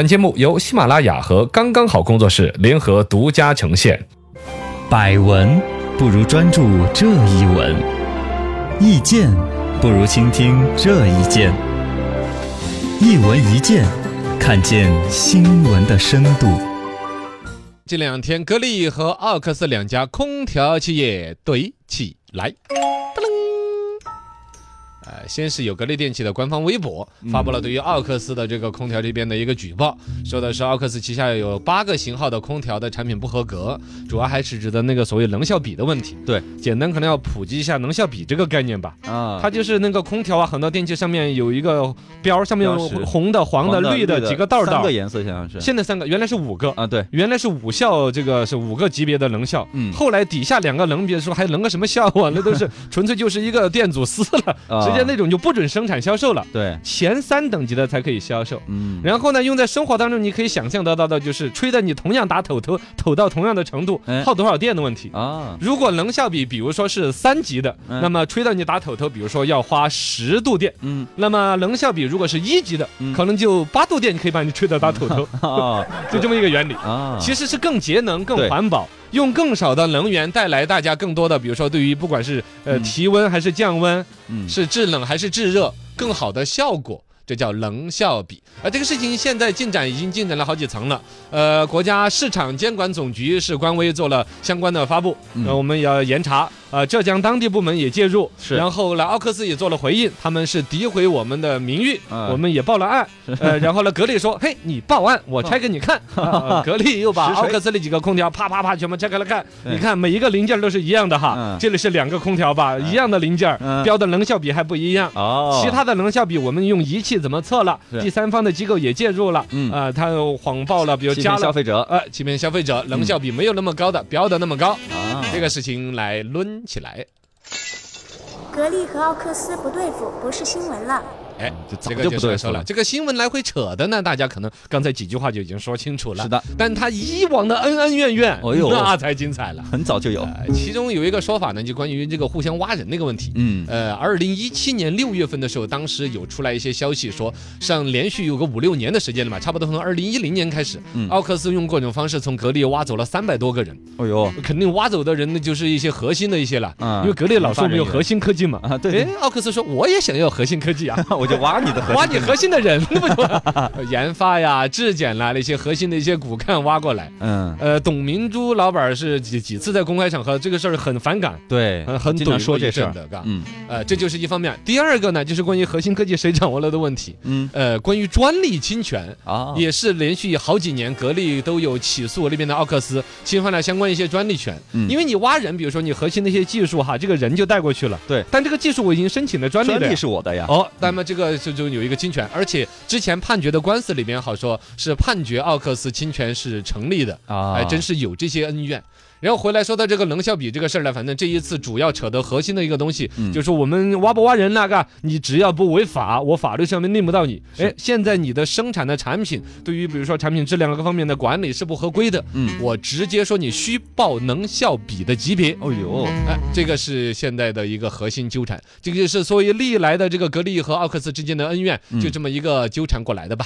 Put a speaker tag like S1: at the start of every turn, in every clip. S1: 本节目由喜马拉雅和刚刚好工作室联合独家呈现。
S2: 百闻不如专注这一闻，意见不如倾听这一见。一闻一见，看见新闻的深度。
S3: 这两天，格力和奥克斯两家空调企业怼起来。呃，先是有格力电器的官方微博
S4: 嗯
S3: 发布了对于奥克斯的这个空调这边的一个举报，说的是奥克斯旗下有八个型号的空调的产品不合格，主要还是指的那个所谓能效比的问题。
S4: 对，
S3: 简单可能要普及一下能效比这个概念吧。
S4: 啊，
S3: 它就是那个空调啊，很多电器上面有一个标儿，上面有
S4: 标识
S3: 红的、黄的、绿的几个道儿
S4: 三
S3: 道
S4: 个
S3: 儿。
S4: 颜色好像是
S3: 现在三个，原来是五个。
S4: 啊，对，
S3: 原来是五效，这个是五个级别的能效，
S4: 嗯
S3: 后来底下两个能，别说还能个什么效啊，那都是 纯粹就是一个电阻丝了，
S4: 啊
S3: 直接那种就不准生产销售了，
S4: 对，
S3: 前三等级的才可以销售。
S4: 嗯，
S3: 然后呢，用在生活当中，你可以想象得到的就是吹的你同样打抖头，抖到同样的程度
S4: 哎，
S3: 耗多少电的问题。
S4: 啊，
S3: 如果能效比，比如说是三级的，
S4: 嗯
S3: 那么吹到你打抖头，比如说要花十度电。
S4: 嗯，
S3: 那么能效比如果是一级的，
S4: 嗯
S3: 可能就八度电就可以把你吹到打 抖头，
S4: 啊
S3: 就这么一个原理。
S4: 啊，
S3: 其
S4: 实
S3: 实是更节能、更
S4: 对
S3: 环保，用更少的能源带来大家更多的，比如说对于不管是呃
S4: 嗯
S3: 提温还是降温，
S4: 嗯
S3: 是制冷还是制热，更好的效果。这叫能效比，而这个事情现在进展已经进展了好几层了。呃，国家市场监管总局是官微做了相关的发布，
S4: 嗯
S3: 呃，我们也要严查。呃，浙江当地部门也介入，
S4: 是
S3: 然后呢，奥克斯也做了回应，他们是诋毁我们的名誉，
S4: 啊
S3: 我们也报了案。呃，然后呢，格力 说：“嘿，你报案，我拆给你看。啊格力又把
S4: 实锤
S3: 奥克斯那几个空调啪啪啪全部拆开了看，
S4: 对
S3: 你看每一个零件都是一样的哈
S4: 嗯，
S3: 这里是两个空调吧，一样的零件
S4: 嗯，
S3: 标的能效比还不一样。
S4: 哦，
S3: 其他的能效比我们用仪器怎么测了，
S4: 是
S3: 第三方的机构也介入了，
S4: 嗯
S3: 啊，他谎报了，比如
S4: 欺
S3: 加
S4: 骗消
S3: 了。”
S4: 费者
S3: 呃，欺骗消费者能效比没有那么高的，标的那么高，
S4: 啊，
S3: 这个事情来抡起来。
S5: 格力和奥克斯不对付，不是新闻了。
S3: 哎，
S4: 就嗯早
S3: 这个
S4: 就
S3: 就
S4: 不
S3: 是
S4: 对
S3: 说
S4: 付
S3: 了，
S4: 了，
S3: 这个新闻来回扯的呢，大家可能刚才几句话就已经说清楚了。
S4: 是的，
S3: 但他以往的恩恩怨怨，
S4: 哎呦
S3: 那才精彩了。
S4: 很早就有，
S3: 呃，其中有一个说法呢，就关于这个互相挖人那个问题。
S4: 嗯
S3: 呃，二零一七年六月份的时候，当时有出来一些消息说，上连续有个五六年的时间了嘛，差不多从二零一零年开始，
S4: 嗯
S3: 奥克斯用各种方式从格力挖走了三百多个人，
S4: 哎呦
S3: 肯定挖走的人那就是一些核心的一些了，
S4: 啊
S3: 因为格力老说我们有核心科技嘛。
S4: 啊，对
S3: 哎
S4: 对，，
S3: 奥克斯说我也想要核心科技啊，
S4: 我就挖你的 核
S3: 挖
S4: 心
S3: 你核心 的人，那不就呃研发呀、质检啦那些核心的一些骨干挖过来。
S4: 嗯，
S3: 呃，董明珠老板是几几次在公开场合这个事儿很反感，
S4: 对，
S3: 很很
S4: 经
S3: 怼
S4: 常说
S3: 过一
S4: 这事
S3: 阵
S4: 儿，
S3: 的，嘎。
S4: 嗯
S3: 呃，这就是一方面。第二个呢，就是关于核心科技谁掌握了的问题。
S4: 嗯
S3: 呃，关于专利侵权。
S4: 啊，
S3: 也是连续好几年，格力都有起诉那边的奥克斯侵犯了相关一些专利权。
S4: 嗯
S3: 因为你挖人，比如说你核心那些技术哈，这个人就带过去了。
S4: 对，
S3: 但这个技术我已经申请了专利
S4: 专
S3: 了呀
S4: 利。是我的呀，
S3: 哦，那么这个就就有一个侵权，而且之前判决的官司里面好说是判决奥克斯侵权是成立的，
S4: 啊
S3: 还哎真是有这些恩怨。然后回来说到这个能效比这个事儿呢，反正这一次主要扯的核心的一个东西，
S4: 嗯
S3: 就是我们挖不挖人那个，你只要不违法，我法律上面定不到你。哎，现在你的生产的产品，对于比如说产品质量各方面的管理是不合规的，
S4: 嗯，
S3: 我直接说你虚报能效比的级别。
S4: 哦呦，
S3: 哎，这个是现在的一个核心纠缠，这个就是所谓历来的这个格力和奥克斯之间的恩怨，
S4: 嗯
S3: 就这么一个纠缠过来的吧。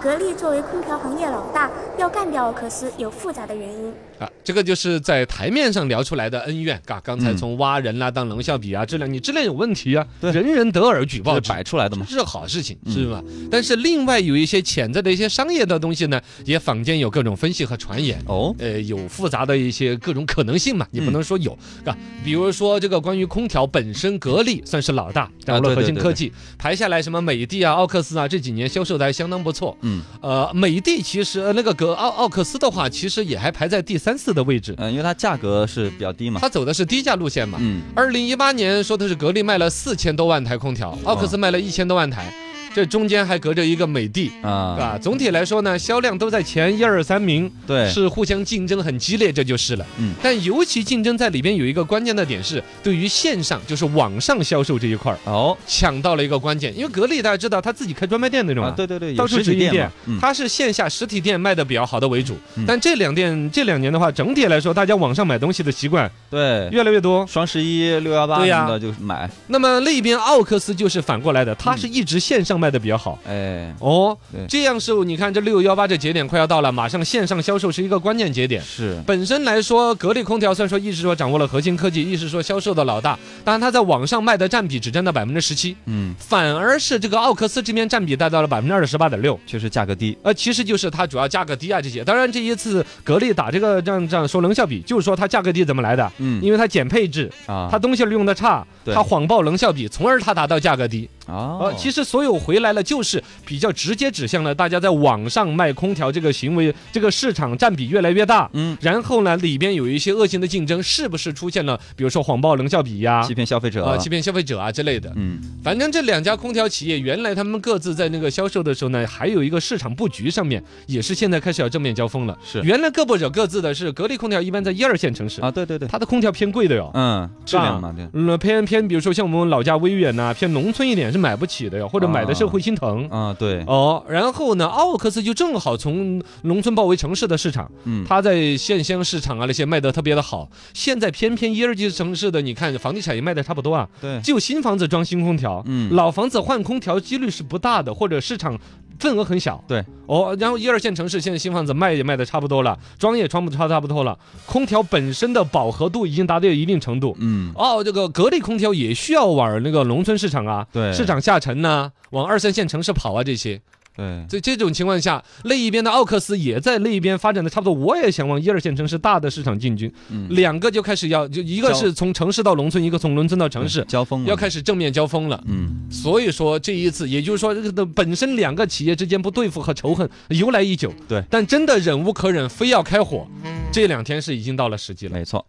S5: 格力作为空调行业老大，要干掉奥克斯有复杂的原因。
S3: 啊，这个就是在台面上聊出来的恩怨，嘎，刚才
S4: 嗯
S3: 从挖人啦、当能效比啊，质量你质量有问题啊，
S4: 对
S3: 人人得而举报
S4: 这
S3: 之
S4: 是。摆出来的嘛，
S3: 这是好事情，是吧？嗯但是另外有一些潜在的一些商业的东西呢，也坊间有各种分析和传言。
S4: 哦，
S3: 呃，有复杂的一些各种可能性嘛，你不
S4: 嗯
S3: 能说有啊，比如说这个关于空调本身，格力算是老大，掌握了
S4: 啊对
S3: 核
S4: 对
S3: 心
S4: 对
S3: 科技，排下来什么美的啊、奥克斯啊，这几年销售的还相当不错。
S4: 嗯
S3: 呃，美的其实呃那个格奥奥克斯的话，其实也还排在第三四的位置，
S4: 嗯，因为它价格是比较低嘛，
S3: 它走的是低价路线嘛。
S4: 嗯，
S3: 二零一八年说的是格力卖了四千多万台空
S4: 哦
S3: 调，奥克斯卖了一千多万台，这中间还隔着一个美的。
S4: 啊，
S3: 啊，总体来说呢，销量都在前一二三名，
S4: 对，
S3: 是互相竞争很激烈，这就是了。
S4: 嗯
S3: 但尤其竞争在里边有一个关键的点是，对于线上就是网上销售这一块儿
S4: 哦，
S3: 抢到了一个关键，因为格力大家知道他自己开专卖店那种
S4: 啊，对对对，有
S3: 到处
S4: 实体
S3: 直营
S4: 店
S3: 店
S4: 嘛，嗯
S3: 它是线下实体店卖的比较好的为主，
S4: 嗯
S3: 但这两店这两年的话，整体来说，大家网上买东西的习惯
S4: 对，
S3: 越来越多。
S4: 双十一、六幺八
S3: 对
S4: 什
S3: 呀
S4: 么的就买，
S3: 那么那边奥克斯就是反过来的，它是一直线上卖卖的比较好。
S4: 哎，
S3: 哦
S4: 嗯对，
S3: 这样是你看这六幺八这节点快要到了，马上线上销售是一个关键节点。
S4: 是
S3: 本身来说，格力空调虽然说一是说掌握了核心科技，一是说销售的老大，但是它在网上卖的占比只占到百分之十七，
S4: 嗯，
S3: 反而是这个奥克斯这边占比带到了百分之二十八点六。
S4: 确实价格低，
S3: 呃，其实就是它主要价格低啊这些。当然，这一次格力打这个这样这样说能效比，就是说它价格低怎么来的？
S4: 嗯
S3: 因为它减配置，
S4: 啊，
S3: 它东西用的差，
S4: 对
S3: 它谎报能效比，从而它达到价格低。
S4: 啊
S3: 呃，，其实所有回来了，就是比较直接指向了大家在网上卖空调这个行为，这个市场占比越来越大。
S4: 嗯，
S3: 然后呢，里边有一些恶性的竞争，是不是出现了，比如说谎报能效比呀、
S4: 欺骗消费者
S3: 啊、欺骗消费者啊之类的。
S4: 呃嗯，
S3: 反正这两家空调企业原来他们各自在那个销售的时候呢，还有一个市场布局上面也是现在开始要正面交锋了。
S4: 是
S3: 原来各不惹各自的是，格力空调一般在一二线城市，
S4: 啊，对对对，
S3: 它的空调偏贵的哟。
S4: 嗯，质量嘛，对，
S3: 嗯，偏偏比如说像我们老家威远呐、偏农村一点是买不起的哟，或者买的是会心疼。
S4: 啊，对，
S3: 哦，然后呢，奥克斯就正好从农村包围城市的市场，
S4: 嗯，
S3: 它在县乡市场啊那些卖的特别的好。现在偏偏一二级城市的，你看房地产也卖的差不多啊，
S4: 对，
S3: 只有新房子装新空调，
S4: 嗯
S3: 老房子换空调几率是不大的，或者市场份额很小。
S4: 对，
S3: 哦，然后一二线城市现在新房子卖也卖的差不多了，装也装不差差不多了，空调本身的饱和度已经达到一定程度。
S4: 嗯，
S3: 哦，这个格力空调也需要往那个农村市场啊，
S4: 对
S3: 市场下沉呐、往二三线城市跑啊，这些。
S4: 对，
S3: 在这种情况下，那一边的奥克斯也在那一边发展的差不多，我也想往一二线城市大的市场进军，
S4: 嗯，
S3: 两个就开始要，就一个
S4: 交
S3: 是从城市到农村，一个从农村到城市，
S4: 交锋了
S3: 要开，始正面交锋了。
S4: 嗯，
S3: 所以说这一次，也就是说，这个的本身两个企业之间不对付和仇恨由来已久，
S4: 对，
S3: 但真的忍无可忍，非要开火，这两天是已经到了时机了。
S4: 没错，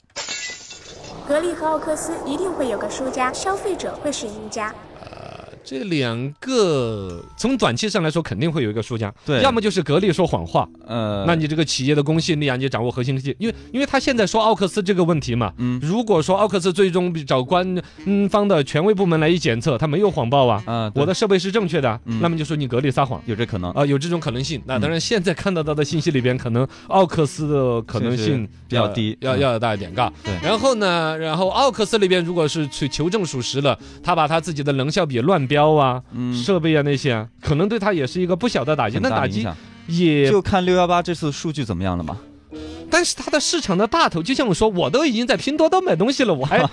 S5: 格力和奥克斯一定会有个输家，消费者会是赢家。
S3: 这两个从短期上来说，肯定会有一个输家，
S4: 对
S3: 要么就是格力说谎话，
S4: 呃，
S3: 那你这个企业的公信力啊，你掌握核心科技，因为因为他现在说奥克斯这个问题嘛，
S4: 嗯
S3: 如果说奥克斯最终找官嗯方的权威部门来一检测，他没有谎报啊，
S4: 啊，对
S3: 我的设备是正确的啊，
S4: 嗯
S3: 那么就说你格力撒谎。
S4: 有这可能，
S3: 啊、有这种可能性。那
S4: 嗯
S3: 当然，现在看得到的信息里边，可能奥克斯的可能
S4: 确
S3: 性呃
S4: 实比较低
S3: 要
S4: 嗯
S3: 要大一点，嘎。
S4: 对
S3: 然后呢，然后奥克斯那边如果是去求证属实了，他把他自己的能效比乱标啊、
S4: 嗯，
S3: 设备啊那些啊，可能对他也是一个不小的打击。
S4: 很
S3: 那
S4: 大
S3: 打
S4: 的影
S3: 击
S4: 响
S3: 也，
S4: 就看六幺八这次数据怎么样了嘛，
S3: 但是他的市场的大头，就像我说，我都已经在拼多多买东西了，我还
S4: 啊，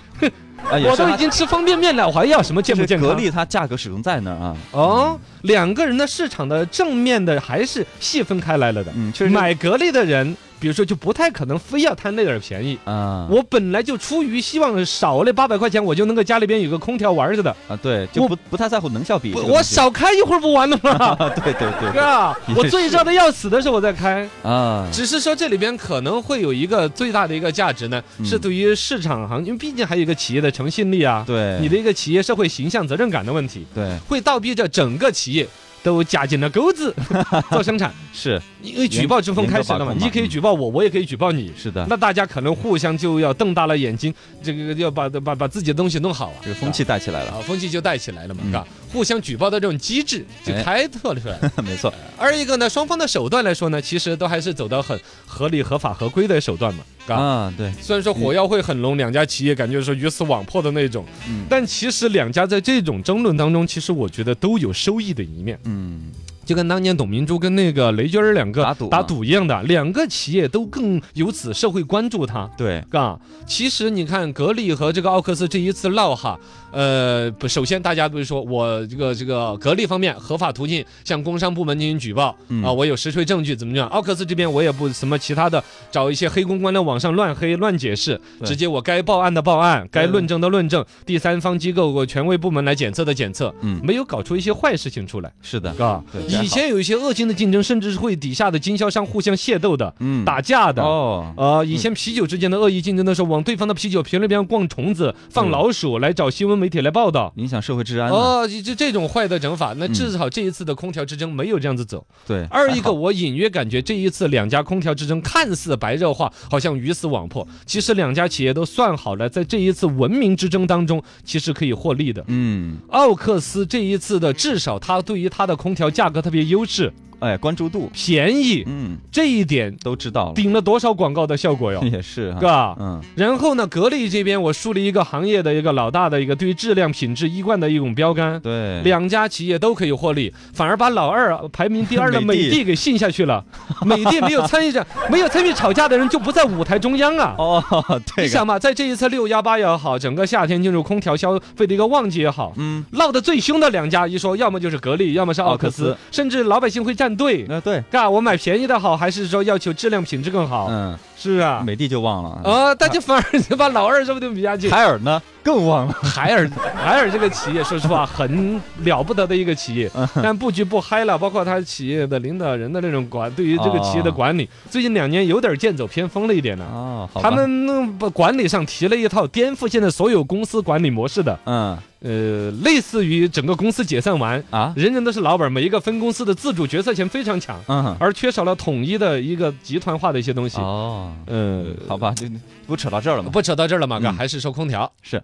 S4: 也
S3: 我
S4: 是
S3: 都已
S4: 它。
S3: 经吃方便面了，我还要什么健
S4: 就
S3: 不
S4: 是
S3: 健
S4: 格
S3: 康？
S4: 力它价格始终在那儿啊，
S3: 哦，两个人的市场的正面的还是细分开来了的。
S4: 嗯，确实
S3: 买格力的人，比如说就不太可能非要贪那点儿便宜。
S4: 啊，
S3: 我本来就出于希望少那八百块钱，我就能够家里边有个空调玩似的。
S4: 啊，对，就
S3: 我
S4: 不不太在乎能效比
S3: 不
S4: 这个
S3: 我
S4: 东西，
S3: 少开一会儿不完了 吗？
S4: 啊，对对对
S3: 哥
S4: 对
S3: 啊，
S4: 也
S3: 我
S4: 是
S3: 最热的要死的时候我再开。
S4: 啊，
S3: 只是说这里边可能会有一个最大的一个价值呢，
S4: 嗯
S3: 是对于市场行，因为毕竟还有一个企业的诚信力啊，
S4: 对，
S3: 你的一个企业社会形象责任感的问题，
S4: 对
S3: 会倒逼着整个企业都夹紧了钩子 做生产。
S4: 是
S3: 因为举报之风开始了
S4: 严格把
S3: 嘛
S4: 控，嘛
S3: 你可以举报我，我也可以举报你。
S4: 是的，
S3: 那大家可能互相就要瞪大了眼睛，这个要把把把自己的东西弄好啊，
S4: 这个风气带起来了，
S3: 啊，风气就带起来了嘛，
S4: 嗯
S3: 嘎、互相举报的这种机制就
S4: 哎
S3: 开拓了出来。
S4: 没错，
S3: 而一个呢，双方的手段来说呢，其实都还是走到很合理、合法、合规的手段嘛，嘎。
S4: 啊，对，
S3: 虽然说火药会很浓，两家企业感觉说鱼死网破的那种，
S4: 嗯
S3: 但其实两家在这种争论当中，其实我觉得都有收益的一面。
S4: 嗯，
S3: 就跟当年董明珠跟那个雷军儿两个
S4: 打赌啊
S3: 打
S4: 嘛
S3: 赌一样的，两个企业都更由此社会关注他。
S4: 对，
S3: 啊，其实你看格力和这个奥克斯这一次闹哈，呃，不，首先大家不是说我这个这个格力方面合法途径向工商部门进行举报啊、
S4: 嗯
S3: 我有实锤证据怎么样？奥克斯这边我也不什么其他的，找一些黑公关的网上乱黑乱解释，
S4: 对
S3: 直接我该报案的报案，该
S4: 对
S3: 论证的论证，第三方机构或权威部门来检测的检测，
S4: 嗯
S3: 没有搞出一些坏事情出来。
S4: 是的，
S3: 啊
S4: 对，这样
S3: 以前有一些恶性的竞争，甚至是会底下的经销商互相械斗的、
S4: 嗯，
S3: 打架的。
S4: 哦，
S3: 呃，以前啤酒之间的恶意竞争的时候，往对方的啤酒瓶里边逛虫子、放老鼠，来找新闻媒体来报道。
S4: 影响社会治安了，
S3: 哦，这这种坏的整法，那
S4: 嗯
S3: 至少这一次的空调之争没有这样子走。
S4: 对，
S3: 二一
S4: 还
S3: 个，
S4: 好
S3: 我隐约感觉这一次两家空调之争看似白热化，好像鱼死网破，其实两家企业都算好了，在这一次文明之争当中，其实可以获利的。
S4: 嗯，
S3: 奥克斯这一次的，至少它对于它的空调价格特别优势，
S4: 哎，关注度，
S3: 便宜，
S4: 嗯，
S3: 这一点
S4: 都知道了，，
S3: 顶了多少广告的效果哟
S4: 也是哈，
S3: 哥。
S4: 嗯
S3: 然后呢，格力这边我树立一个行业的一个老大的一个对于质量、品质、一贯的一种标杆，
S4: 对，
S3: 两家企业都可以获利，反而把老二啊排名第二的
S4: 美
S3: 美
S4: 的
S3: 的给信下去 了。美的没有参与战，没有参与吵架的人就不在舞台中央啊。
S4: 哦，
S3: 你
S4: 对个，
S3: 想嘛，在这一次六幺八也好，整个夏天进入空调消费的一个旺季也好，
S4: 嗯，
S3: 闹得最凶的两家，一说要么就是格力，要么是奥克
S4: 奥
S3: 斯
S4: 克，嗯
S3: 甚至老百姓会站队。
S4: 那对，
S3: 嘎，我买便宜的好，还是说要求质量品质更好？
S4: 嗯，
S3: 是不是啊？
S4: 美的就忘了，
S3: 啊，大家反而就把老二这不就比下去。
S4: 海尔呢更忘了，
S3: 海尔，海尔这个企业，说实话很了不得的一个企业，但布局不嗨了，包括他企业的领导人的那种管，对于这个企业的管理，最近两年有点剑走偏锋了一点呢。
S4: 哦，好吧
S3: 他们嗯把管理上提了一套颠覆现在所有公司管理模式的，
S4: 嗯
S3: 呃，类似于整个公司解散完，
S4: 啊，
S3: 人人都是老板，每一个分公司的自主决策权非常强，
S4: 嗯，
S3: 而缺少了统一的一个集团化的一些东西。
S4: 哦，
S3: 嗯，
S4: 好吧，就不扯到这儿了嘛，
S3: 不扯到这儿了嘛，哥，
S4: 嗯
S3: 还是说空调
S4: 是。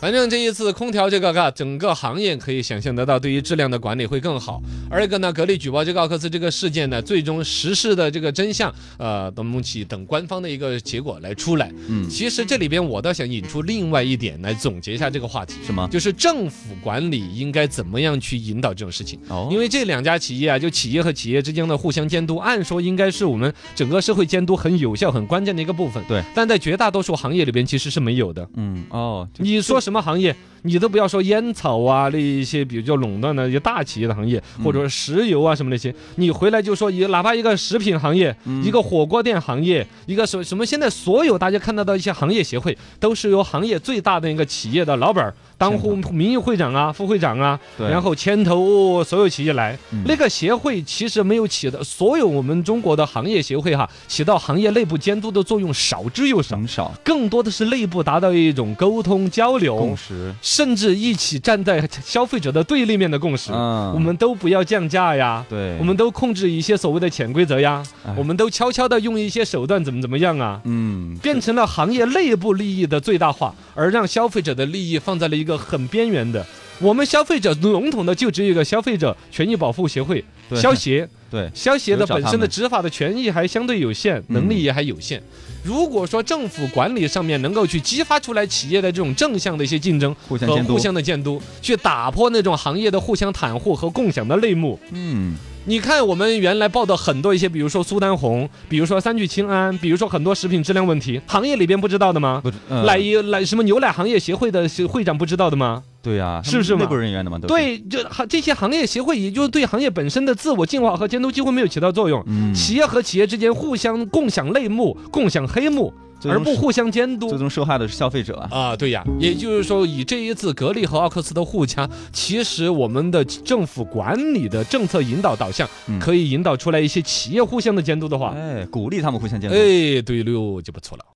S3: 反正这一次空调这个嘎，整个行业可以想象得到，对于质量的管理会更好。而一个呢，格力举报这个奥克斯这个事件呢，最终实施的这个真相，呃，等我们起等官方的一个结果来出来。
S4: 嗯，
S3: 其实这里边我倒想引出另外一点来总结一下这个话题，
S4: 什么？
S3: 就是政府管理应该怎么样去引导这种事情。
S4: 哦，
S3: 因为这两家企业啊，就企业和企业之间的互相监督，按说应该是我们整个社会监督很有效、很关键的一个部分。
S4: 对，
S3: 但在绝大多数行业里边其实是没有的。
S4: 嗯，哦，就
S3: 你说什么行业，你都不要说烟草啊那一些比较垄断的一些大企业的行业，
S4: 嗯
S3: 或者说石油啊什么那些，你回来就说一哪怕一个食品行业、
S4: 嗯
S3: 一个火锅店行业、一个什什么，现在所有大家看到的一些行业协会，都是由行业最大的一个企业的老板儿当户名誉会长啊、副会长啊，
S4: 对
S3: 然后牵头所有企业来。
S4: 嗯
S3: 那个协会其实没有起到所有我们中国的行业协会哈，起到行业内部监督的作用少之又少，
S4: 很少
S3: 更多的是内部达到一种沟通交流
S4: 共，识，
S3: 甚至一起站在消费者的对立面的共识。
S4: 嗯，
S3: 我们都不要降价呀，
S4: 对，
S3: 我们都控制一些所谓的潜规则呀
S4: 哎，
S3: 我们都悄悄的用一些手段怎么怎么样啊。
S4: 嗯，
S3: 变成了行业内部利益的最大化，而让消费者的利益放在了一个很边缘的。我们消费者笼统的就只有一个消费者权益保护协会，
S4: 对
S3: 消协，
S4: 对，
S3: 消协的本
S4: 有找他
S3: 身的
S4: 们
S3: 执法的权益还相对有限，
S4: 嗯
S3: 能力也还有限。如果说政府管理上面能够去激发出来企业的这种正向的一些竞争
S4: 互相
S3: 和
S4: 监督，
S3: 互相的监督，去打破那种行业的互相袒护和共享的内幕，
S4: 嗯，
S3: 你看，我们原来报的很多一些，比如说苏丹红，比如说三聚氰胺，比如说很多食品质量问题，行业里边不知道的吗？
S4: 不是，呃
S3: 奶奶什么牛奶行业协会的会长不知道的吗？
S4: 对呀，
S3: 是不是
S4: 内
S3: 嘛
S4: 部人员的嘛，都是，
S3: 对，就这些行业协会，也就是对行业本身的自我净化和监督几乎没有起到作用。
S4: 嗯，
S3: 企业和企业之间互相共享内幕、共享黑幕，
S4: 最
S3: 而
S4: 终
S3: 不
S4: 是
S3: 互相监督
S4: 最。终受害的是消费者啊，
S3: 啊，对呀，也就是说，以这一次格力和奥克斯的互掐，其实我们的政府管理的政策引导导向，
S4: 嗯哎
S3: 可以引导出来一些企业互相的监督的话，呃
S4: 哎，鼓励他们互相监督，
S3: 哎，对了，就不错了。